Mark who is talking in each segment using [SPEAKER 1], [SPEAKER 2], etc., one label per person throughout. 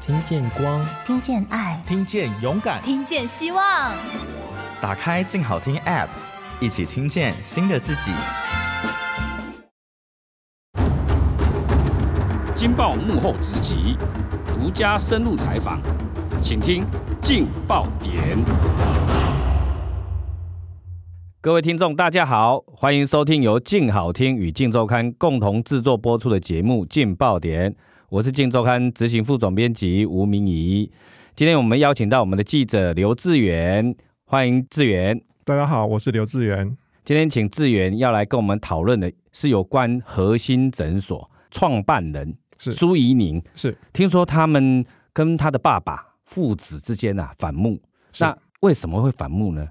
[SPEAKER 1] 听见光，
[SPEAKER 2] 听见爱，
[SPEAKER 3] 听见勇敢，
[SPEAKER 4] 听见希望。
[SPEAKER 5] 打开静好听 App，一起听见新的自己。
[SPEAKER 6] 金报幕后直击，独家深入采访，请听《劲爆点》。各位听众，大家好，欢迎收听由劲好听与劲周刊共同制作播出的节目《劲爆点》，我是劲周刊执行副总编辑吴明仪。今天我们邀请到我们的记者刘志远，欢迎志远。
[SPEAKER 7] 大家好，我是刘志远。
[SPEAKER 6] 今天请志远要来跟我们讨论的是有关核心诊所创办人
[SPEAKER 7] 是
[SPEAKER 6] 苏怡宁。
[SPEAKER 7] 是
[SPEAKER 6] 听说他们跟他的爸爸父子之间啊反目，
[SPEAKER 7] 是
[SPEAKER 6] 那为什么会反目呢？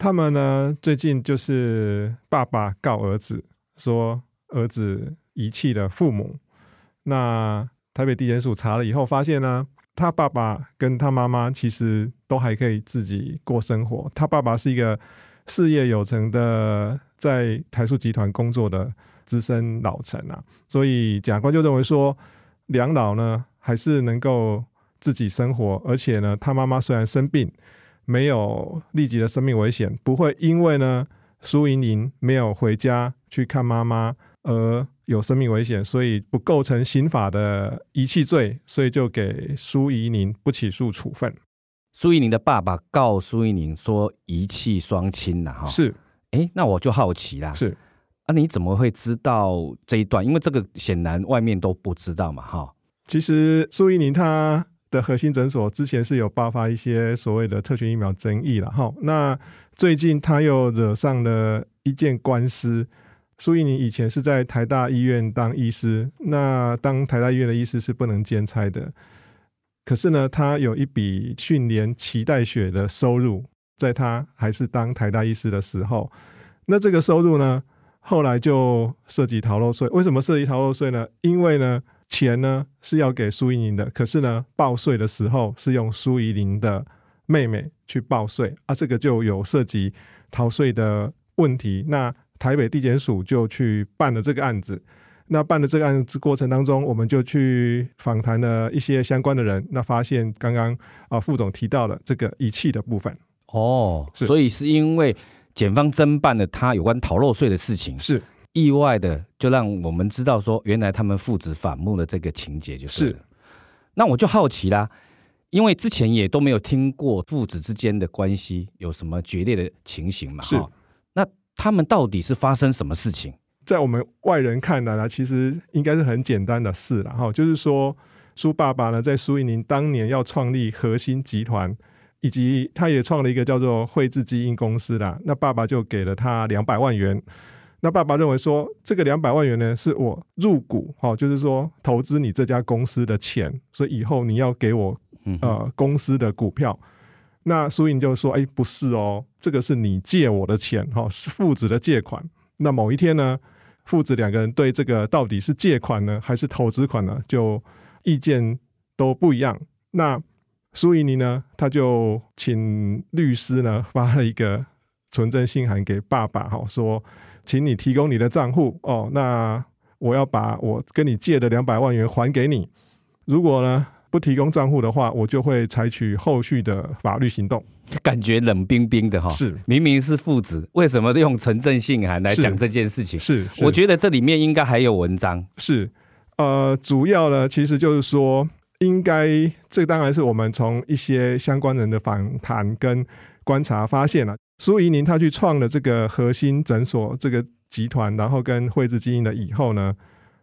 [SPEAKER 7] 他们呢，最近就是爸爸告儿子说儿子遗弃了父母。那台北地检署查了以后，发现呢，他爸爸跟他妈妈其实都还可以自己过生活。他爸爸是一个事业有成的，在台塑集团工作的资深老臣啊，所以检察官就认为说，两老呢还是能够自己生活，而且呢，他妈妈虽然生病，没有立即的生命危险，不会因为呢苏莹莹没有回家去看妈妈而有生命危险，所以不构成刑法的遗弃罪，所以就给苏怡宁不起诉处分。
[SPEAKER 6] 苏怡宁的爸爸告苏怡宁说遗弃双亲呐、哈，，
[SPEAKER 7] 是
[SPEAKER 6] 哎，那我就好奇啦，
[SPEAKER 7] 是，
[SPEAKER 6] 啊，你怎么会知道这一段？因为这个显然外面都不知道嘛，哈，
[SPEAKER 7] 其实苏怡宁他的核心诊所之前是有爆发一些所谓的特权疫苗争议了哈，那最近他又惹上了一件官司。苏怡宁以前是在台大医院当医师，那当台大医院的医师是不能兼差的。可是呢，他有一笔训练脐带血的收入，在他还是当台大医师的时候，那这个收入呢，后来就涉及逃漏税。为什么涉及逃漏税呢？因为呢，钱呢是要给苏怡宁的，可是呢，报税的时候是用苏怡宁的妹妹去报税啊，这个就有涉及逃税的问题。那台北地检署就去办了这个案子。那办了这个案子过程当中，我们就去访谈了一些相关的人，那发现刚刚啊副总提到了这个遗弃的部分
[SPEAKER 6] 哦，
[SPEAKER 7] 是
[SPEAKER 6] 所以是因为检方侦办了他有关逃漏税的事情，
[SPEAKER 7] 是
[SPEAKER 6] 意外的就让我们知道说，原来他们父子反目的这个情节就是了。
[SPEAKER 7] 是
[SPEAKER 6] 那我就好奇啦，因为之前也都没有听过父子之间的关系有什么决裂的情形嘛。
[SPEAKER 7] 是
[SPEAKER 6] 哈那他们到底是发生什么事情？
[SPEAKER 7] 在我们外人看来呢，其实应该是很简单的事了哈。就是说，苏爸爸呢，在苏一宁当年要创立核心集团，以及他也创了一个叫做汇智基因公司啦。那爸爸就给了他两百万元。那爸爸认为说，这个两百万元呢，是我入股，哦，就是说投资你这家公司的钱，所以以后你要给我
[SPEAKER 6] 嗯哼，
[SPEAKER 7] 呃公司的股票。那苏颖就说：“哎，不是哦，这个是你借我的钱哦，是父子的借款。那某一天呢，父子两个人对这个到底是借款呢，还是投资款呢，就意见都不一样。那苏怡妮呢，他就请律师呢发了一个存真信函给爸爸，哈，说，请你提供你的账户哦，那我要把我跟你借的两百万元还给你。如果呢不提供账户的话，我就会采取后续的法律行动。
[SPEAKER 6] 感觉冷冰冰的哈。
[SPEAKER 7] 是
[SPEAKER 6] 明明是父子，为什么用陈正信函来
[SPEAKER 7] 是
[SPEAKER 6] 讲这件事情？
[SPEAKER 7] 是，
[SPEAKER 6] 我觉得这里面应该还有文章。
[SPEAKER 7] 是，呃，主要呢，其实就是说，应该这当然是我们从一些相关人的访谈跟观察发现了、苏怡宁他去创了这个核心诊所这个集团，然后跟惠智基因了以后呢，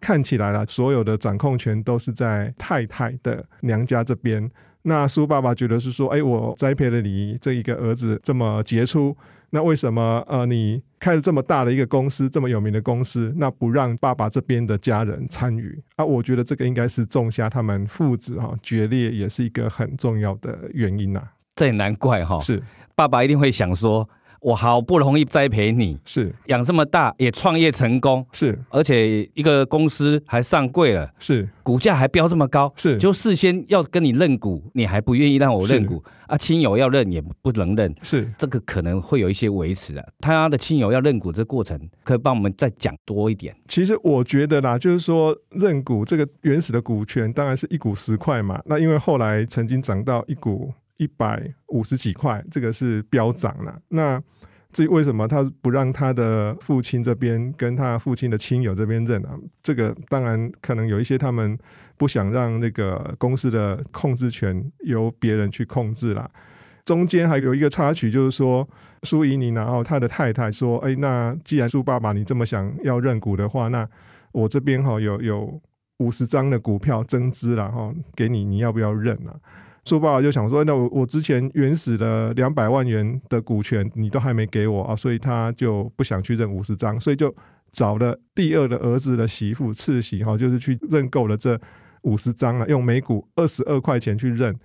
[SPEAKER 7] 看起来了啊所有的掌控权都是在太太的娘家这边。那苏爸爸觉得是说，哎，我栽培了你这一个儿子这么杰出，那为什么呃你开了这么大的一个公司，这么有名的公司，那不让爸爸这边的家人参与啊？我觉得这个应该是种下他们父子哈、决裂也是一个很重要的原因呐、啊
[SPEAKER 6] 这也难怪哈、
[SPEAKER 7] 是
[SPEAKER 6] 爸爸一定会想说，我好不容易栽培你，
[SPEAKER 7] 是
[SPEAKER 6] 养这么大也创业成功，
[SPEAKER 7] 是
[SPEAKER 6] 而且一个公司还上柜了，
[SPEAKER 7] 是
[SPEAKER 6] 股价还飙这么高，
[SPEAKER 7] 是
[SPEAKER 6] 就事先要跟你认股，你还不愿意让我认股啊？亲友要认也不能认，
[SPEAKER 7] 是
[SPEAKER 6] 这个可能会有一些维持啊。他的亲友要认股这过程，可以帮我们再讲多一点。
[SPEAKER 7] 其实我觉得啦，就是说认股这个原始的股权当然是一股十块嘛，那因为后来曾经涨到一股一百五十几块，这个是飙涨了。那至于为什么他不让他的父亲这边跟他父亲的亲友这边认啊？这个当然可能有一些他们不想让那个公司的控制权由别人去控制啦。中间还有一个插曲，就是说苏怡宁，然后他的太太说：“哎，那既然苏爸爸你这么想要认股的话，那我这边哈、有有五十张的股票增资了哈、给你，你要不要认啊？”苏爸爸就想说：“那我我之前原始的两百万元的股权你都还没给我啊，所以他就不想去认五十张，所以就找了第二的儿子的媳妇次媳哈、就是去认购了这五十张啊，用每股二十二块钱去认。”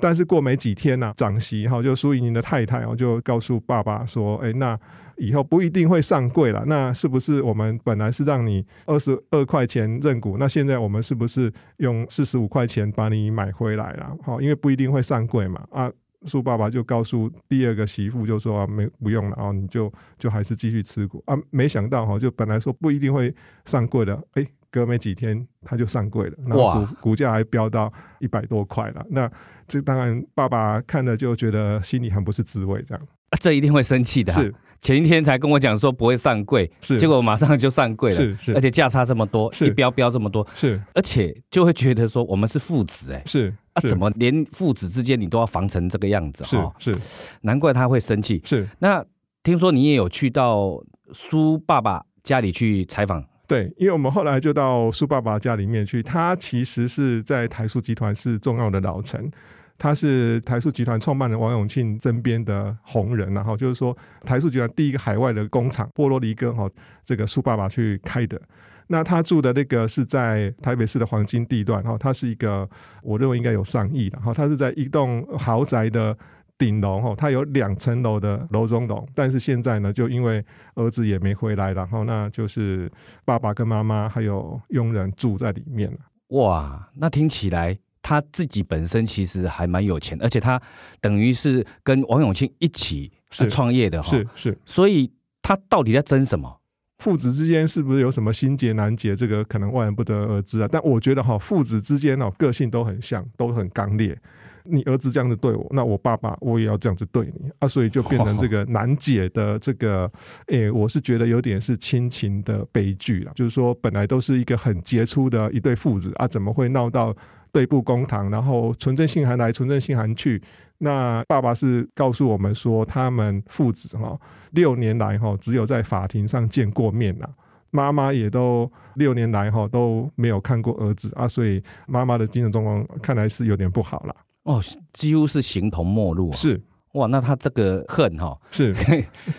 [SPEAKER 7] 但是过没几天呢、长媳哈就苏怡宁的太太哦，就告诉爸爸说：“哎，那以后不一定会上柜了。那是不是我们本来是让你二十二块钱认股，那现在我们是不是用四十五块钱把你买回来了？好，因为不一定会上柜嘛。啊，苏爸爸就告诉第二个媳妇就说啊，没不用了哦，你就就还是继续持股啊。没想到哈、就本来说不一定会上柜的，哎，隔没几天他就上柜了，然后
[SPEAKER 6] 哇
[SPEAKER 7] 股股价还飙到一百多块了。那这当然，爸爸看了就觉得心里很不是滋味，这样
[SPEAKER 6] 啊这一定会生气的啊、
[SPEAKER 7] 是
[SPEAKER 6] 前一天才跟我讲说不会上柜，
[SPEAKER 7] 是，
[SPEAKER 6] 结果马上就上柜了，
[SPEAKER 7] 是是
[SPEAKER 6] 而且价差这么多，
[SPEAKER 7] 是
[SPEAKER 6] 一标标这么多，
[SPEAKER 7] 是
[SPEAKER 6] 而且就会觉得说我们是父子哎、
[SPEAKER 7] 是
[SPEAKER 6] 啊，
[SPEAKER 7] 是
[SPEAKER 6] 怎么连父子之间你都要防成这个样子
[SPEAKER 7] 是
[SPEAKER 6] 哦？
[SPEAKER 7] 是
[SPEAKER 6] 难怪他会生气。
[SPEAKER 7] 是
[SPEAKER 6] 那听说你也有去到苏爸爸家里去采访，
[SPEAKER 7] 对，因为我们后来就到苏爸爸家里面去，他其实是在台塑集团是重要的老臣，他是台塑集团创办人王永庆身边的红人啊，然后就是说台塑集团第一个海外的工厂波罗尼根哈，这个苏爸爸去开的。那他住的那个是在台北市的黄金地段，然后它是一个我认为应该有上亿的，然后它是在一栋豪宅的顶楼，哈，它有两层楼的楼中楼，但是现在呢，就因为儿子也没回来，然后那就是爸爸跟妈妈还有佣人住在里面了。
[SPEAKER 6] 哇，那听起来他自己本身其实还蛮有钱，而且他等于是跟王永庆一起
[SPEAKER 7] 是
[SPEAKER 6] 呃创业的哈、
[SPEAKER 7] 是，是，
[SPEAKER 6] 所以他到底在争什么？
[SPEAKER 7] 父子之间是不是有什么心结难解？这个可能外人不得而知啊。但我觉得哈、父子之间哦，个性都很像，都很刚烈。你儿子这样子对我，那我爸爸我也要这样子对你啊，所以就变成这个难解的这个，诶、我是觉得有点是亲情的悲剧了。就是说，本来都是一个很杰出的一对父子啊，怎么会闹到对簿公堂，然后纯正信函来，纯正信函去？那爸爸是告诉我们说，他们父子哈、六年来哈、只有在法庭上见过面啦、妈妈也都六年来哈都没有看过儿子啊，所以妈妈的精神状况看来是有点不好啦。
[SPEAKER 6] 哦，几乎是形同陌路、啊。
[SPEAKER 7] 是
[SPEAKER 6] 哇，那他这个恨哈、
[SPEAKER 7] 是，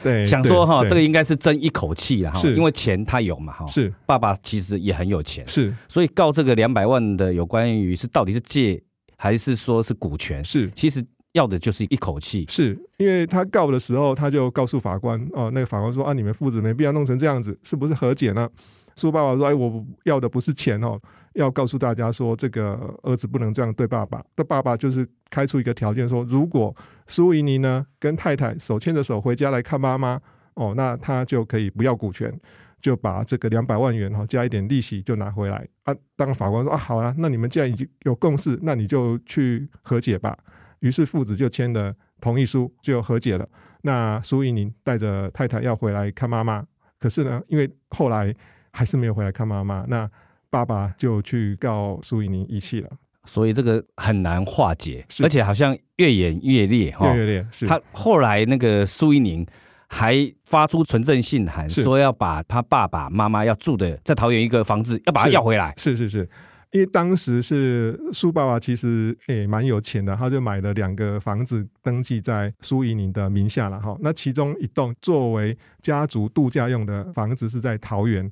[SPEAKER 7] 对，
[SPEAKER 6] 想说哈、
[SPEAKER 7] 哎对
[SPEAKER 6] 这个应该是争一口气了哈，
[SPEAKER 7] 是
[SPEAKER 6] 因为钱他有嘛哈，
[SPEAKER 7] 是
[SPEAKER 6] 爸爸其实也很有钱，
[SPEAKER 7] 是
[SPEAKER 6] 所以告这个两百万的有关于是到底是借还是说是股权，
[SPEAKER 7] 是
[SPEAKER 6] 其实要的就是一口气，
[SPEAKER 7] 是，因为他告的时候，他就告诉法官哦，那个法官说啊，你们父子没必要弄成这样子，是不是和解呢？苏爸爸说：“哎，我不要的不是钱哦，要告诉大家说，这个儿子不能这样对爸爸。那爸爸就是开出一个条件说，如果苏怡妮呢跟太太手牵着手回家来看妈妈，哦，那他就可以不要股权，就把这个两百万元哈、哦、加一点利息就拿回来啊。当法官说啊，好啊，那你们既然已经有共识，那你就去和解吧。于是父子就签了同意书，就和解了。那苏怡宁带着太太要回来看妈妈，可是呢，因为后来还是没有回来看妈妈，那爸爸就去告苏怡宁遗弃了，
[SPEAKER 6] 所以这个很难化解，
[SPEAKER 7] 是
[SPEAKER 6] 而且好像越演越烈哈
[SPEAKER 7] 越。越烈是
[SPEAKER 6] 他后来那个苏一宁还发出纯正信函，
[SPEAKER 7] 是
[SPEAKER 6] 说要把他爸爸妈妈要住的在桃园一个房子要把他
[SPEAKER 7] 是
[SPEAKER 6] 要回来，
[SPEAKER 7] 是是是，因为当时是苏爸爸其实也蛮有钱的，他就买了两个房子登记在苏怡宁的名下了哈。那其中一栋作为家族度假用的房子是在桃园，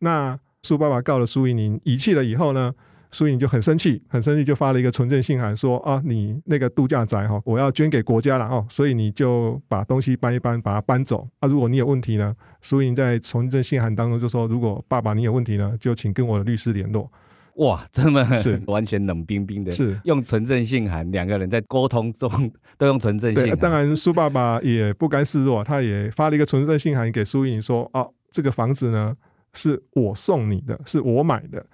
[SPEAKER 7] 那苏爸爸告了苏怡宁遗弃了以后呢？苏以宁就很生气，很生气就发了一个纯正信函说啊，你那个度假宅哈、我要捐给国家了哦，所以你就把东西搬一搬，把它搬走啊。如果你有问题呢，苏以宁在纯正信函当中就说，如果爸爸你有问题呢，就请跟我的律师联络。
[SPEAKER 6] 哇，这么
[SPEAKER 7] 是
[SPEAKER 6] 完全冷冰冰的，
[SPEAKER 7] 是。
[SPEAKER 6] 用纯正信函，两个人在沟通中都用纯正
[SPEAKER 7] 对，
[SPEAKER 6] 信
[SPEAKER 7] 啊
[SPEAKER 6] 函，
[SPEAKER 7] 当然苏爸爸也不甘示弱，他也发了一个存在信函给苏莹说：“哦，这个房子呢是我送你的，是我买的。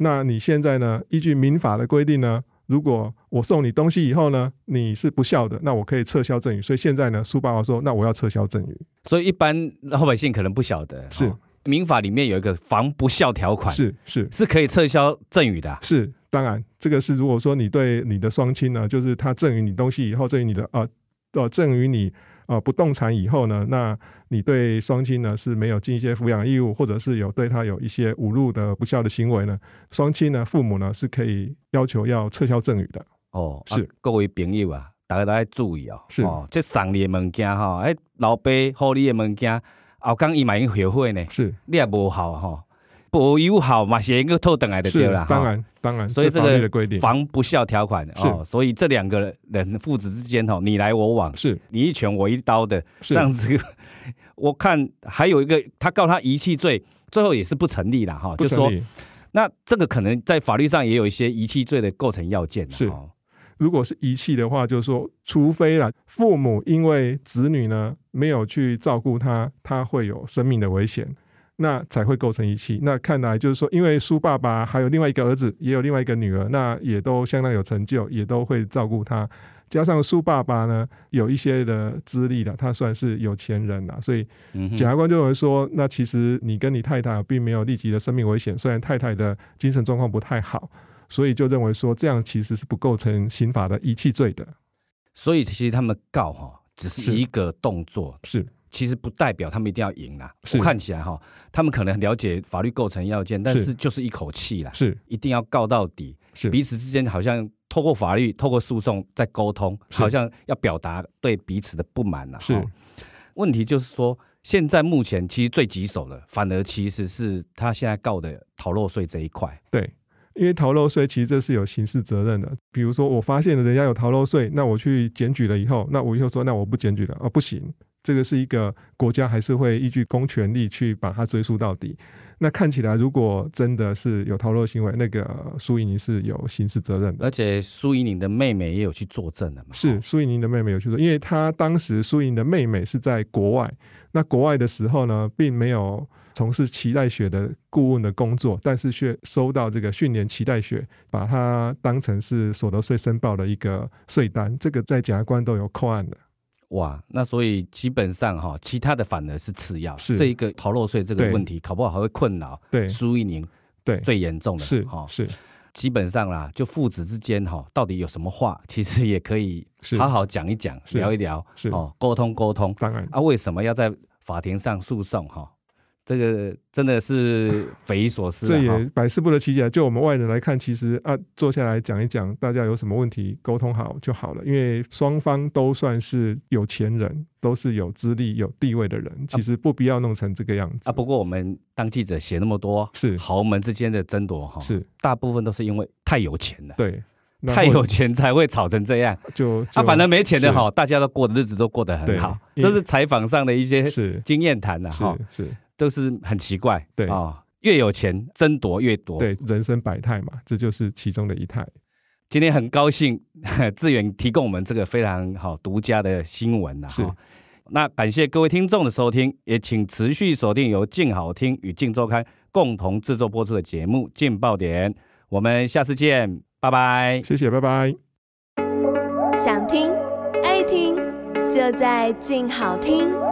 [SPEAKER 7] 那你现在呢，依据民法的规定呢，如果我送你东西以后呢，你是不孝的，那我可以撤销赠与。所以现在呢，苏爸爸说：那我要撤销赠与，
[SPEAKER 6] 所以一般老百姓可能不晓得，
[SPEAKER 7] 是
[SPEAKER 6] 哦民法里面有一个防不孝条款，
[SPEAKER 7] 是是
[SPEAKER 6] 是可以撤销赠与的啊、
[SPEAKER 7] 是，当然这个是如果说你对你的双亲呢，就是他赠与你东西以后，赠与你的呃呃赠与你呃不动产以后呢，那你对双亲呢是没有尽一些抚养义务，或者是有对他有一些侮辱的不孝的行为呢，双亲呢父母呢是可以要求要撤销赠与的。
[SPEAKER 6] 哦，啊
[SPEAKER 7] 是
[SPEAKER 6] 各位朋友啊，大家都要注意哦。
[SPEAKER 7] 是
[SPEAKER 6] 哦，这送你的物件吼，哎，老爸好你的物件，后工伊嘛会后悔呢，
[SPEAKER 7] 是
[SPEAKER 6] 你也无效吼，无有效嘛是应该套回来的对
[SPEAKER 7] 是
[SPEAKER 6] 啦。，
[SPEAKER 7] 当
[SPEAKER 6] 哦。
[SPEAKER 7] 然当然，
[SPEAKER 6] 所以这
[SPEAKER 7] 法律
[SPEAKER 6] 个
[SPEAKER 7] 的规定
[SPEAKER 6] 防不孝条款
[SPEAKER 7] 是
[SPEAKER 6] 哦，所以这两个人父子之间吼，你来我往，
[SPEAKER 7] 是
[SPEAKER 6] 你一拳我一刀的
[SPEAKER 7] 是
[SPEAKER 6] 这样子， 我看还有一个他告他遗弃罪，最后也是不成立啦哈，
[SPEAKER 7] 不
[SPEAKER 6] 就说
[SPEAKER 7] 成立。
[SPEAKER 6] 那这个可能在法律上也有一些遗弃罪的构成要件啦
[SPEAKER 7] 是
[SPEAKER 6] 哦
[SPEAKER 7] 如果是遗弃的话，就是说，除非啦，父母因为子女呢没有去照顾他，他会有生命的危险，那才会构成遗弃。那看来就是说，因为苏爸爸还有另外一个儿子，也有另外一个女儿，那也都相当有成就，也都会照顾他。加上苏爸爸呢，有一些的资历了，他算是有钱人啦，所以
[SPEAKER 6] 嗯哼
[SPEAKER 7] 检察官就认为说，那其实你跟你太太并没有立即的生命危险，虽然太太的精神状况不太好，所以就认为说这样其实是不构成刑法的遗弃罪的。
[SPEAKER 6] 所以其实他们告哈，只是
[SPEAKER 7] 是
[SPEAKER 6] 一个动作，
[SPEAKER 7] 是
[SPEAKER 6] 其实不代表他们一定要赢啦。
[SPEAKER 7] 是
[SPEAKER 6] 我看起来哈，他们可能了解法律构成要件，但
[SPEAKER 7] 是
[SPEAKER 6] 是就是一口气啦，
[SPEAKER 7] 是
[SPEAKER 6] 一定要告到底。
[SPEAKER 7] 是
[SPEAKER 6] 彼此之间好像透过法律、透过诉讼在沟通，
[SPEAKER 7] 是
[SPEAKER 6] 好像要表达对彼此的不满啦。
[SPEAKER 7] 是
[SPEAKER 6] 哈问题就是说，现在目前其实最棘手的，反而其实是他现在告的逃漏税这一块。
[SPEAKER 7] 对，因为逃漏税其实这是有刑事责任的。比如说我发现了人家有逃漏税，那我去检举了以后，那我以后说那我不检举了，哦不行，这个是一个国家还是会依据公权力去把它追溯到底。那看起来如果真的是有逃漏行为，那个呃苏怡宁是有刑事责任的。
[SPEAKER 6] 而且苏怡宁的妹妹也有去作证了嘛？
[SPEAKER 7] 是苏以宁的妹妹有去做，因为她当时苏以宁的妹妹是在国外，那国外的时候呢，并没有从事脐带血的顾问的工作，但是却收到这个训练脐带血，把它当成是所得税申报的一个税单，这个在检察官都有扣案的。
[SPEAKER 6] 哇，那所以基本上哈，其他的反而是次要。
[SPEAKER 7] 是
[SPEAKER 6] 这一个逃漏税这个
[SPEAKER 7] 对
[SPEAKER 6] 问题，搞不好还会困扰
[SPEAKER 7] 对
[SPEAKER 6] 苏一宁
[SPEAKER 7] 对，
[SPEAKER 6] 最严重的
[SPEAKER 7] 是
[SPEAKER 6] 哈。
[SPEAKER 7] 是
[SPEAKER 6] 基本上啦，就父子之间哈，到底有什么话， 其实也可以
[SPEAKER 7] 是
[SPEAKER 6] 好好讲一讲，
[SPEAKER 7] 是
[SPEAKER 6] 聊一聊，
[SPEAKER 7] 是，
[SPEAKER 6] 哦，沟通沟通
[SPEAKER 7] 当然
[SPEAKER 6] 啊，为什么要在法庭上诉讼哈？这个真的 是匪夷所思啊。
[SPEAKER 7] 这
[SPEAKER 6] 哈
[SPEAKER 7] 也百思不得其解。啊就我们外人来看，其实啊，坐下来讲一讲，大家有什么问题沟通好就好了。因为双方都算是有钱人，都是有资历、有地位的人，其实不必要弄成这个样子。
[SPEAKER 6] 啊，不过我们当记者写那么多
[SPEAKER 7] 是
[SPEAKER 6] 豪门之间的争夺哈，
[SPEAKER 7] 是，
[SPEAKER 6] 大部分都是因为太有钱了，
[SPEAKER 7] 对，那
[SPEAKER 6] 太
[SPEAKER 7] 或
[SPEAKER 6] 有钱才会吵成这样。
[SPEAKER 7] 就
[SPEAKER 6] 啊，
[SPEAKER 7] 就
[SPEAKER 6] 反正没钱的哈，大家都过的日子都过得很
[SPEAKER 7] 对
[SPEAKER 6] 好，
[SPEAKER 7] 因
[SPEAKER 6] 这
[SPEAKER 7] 为
[SPEAKER 6] 是采访上的一些
[SPEAKER 7] 是
[SPEAKER 6] 经验谈呐、
[SPEAKER 7] 是
[SPEAKER 6] 哈，
[SPEAKER 7] 是，
[SPEAKER 6] 都是很奇怪，
[SPEAKER 7] 对
[SPEAKER 6] 哦，越有钱争夺越多。，
[SPEAKER 7] 对人生百态嘛，这就是其中的一态。
[SPEAKER 6] 今天很高兴 志远提供我们这个非常好独家的新闻呐、啊
[SPEAKER 7] 是
[SPEAKER 6] 哈那感谢各位听众的收听，也请持续锁定由静好听与静周刊共同制作播出的节目《静爆点》，我们下次见，拜拜。
[SPEAKER 7] 谢谢，拜拜。
[SPEAKER 1] 想听爱听，就在静好听。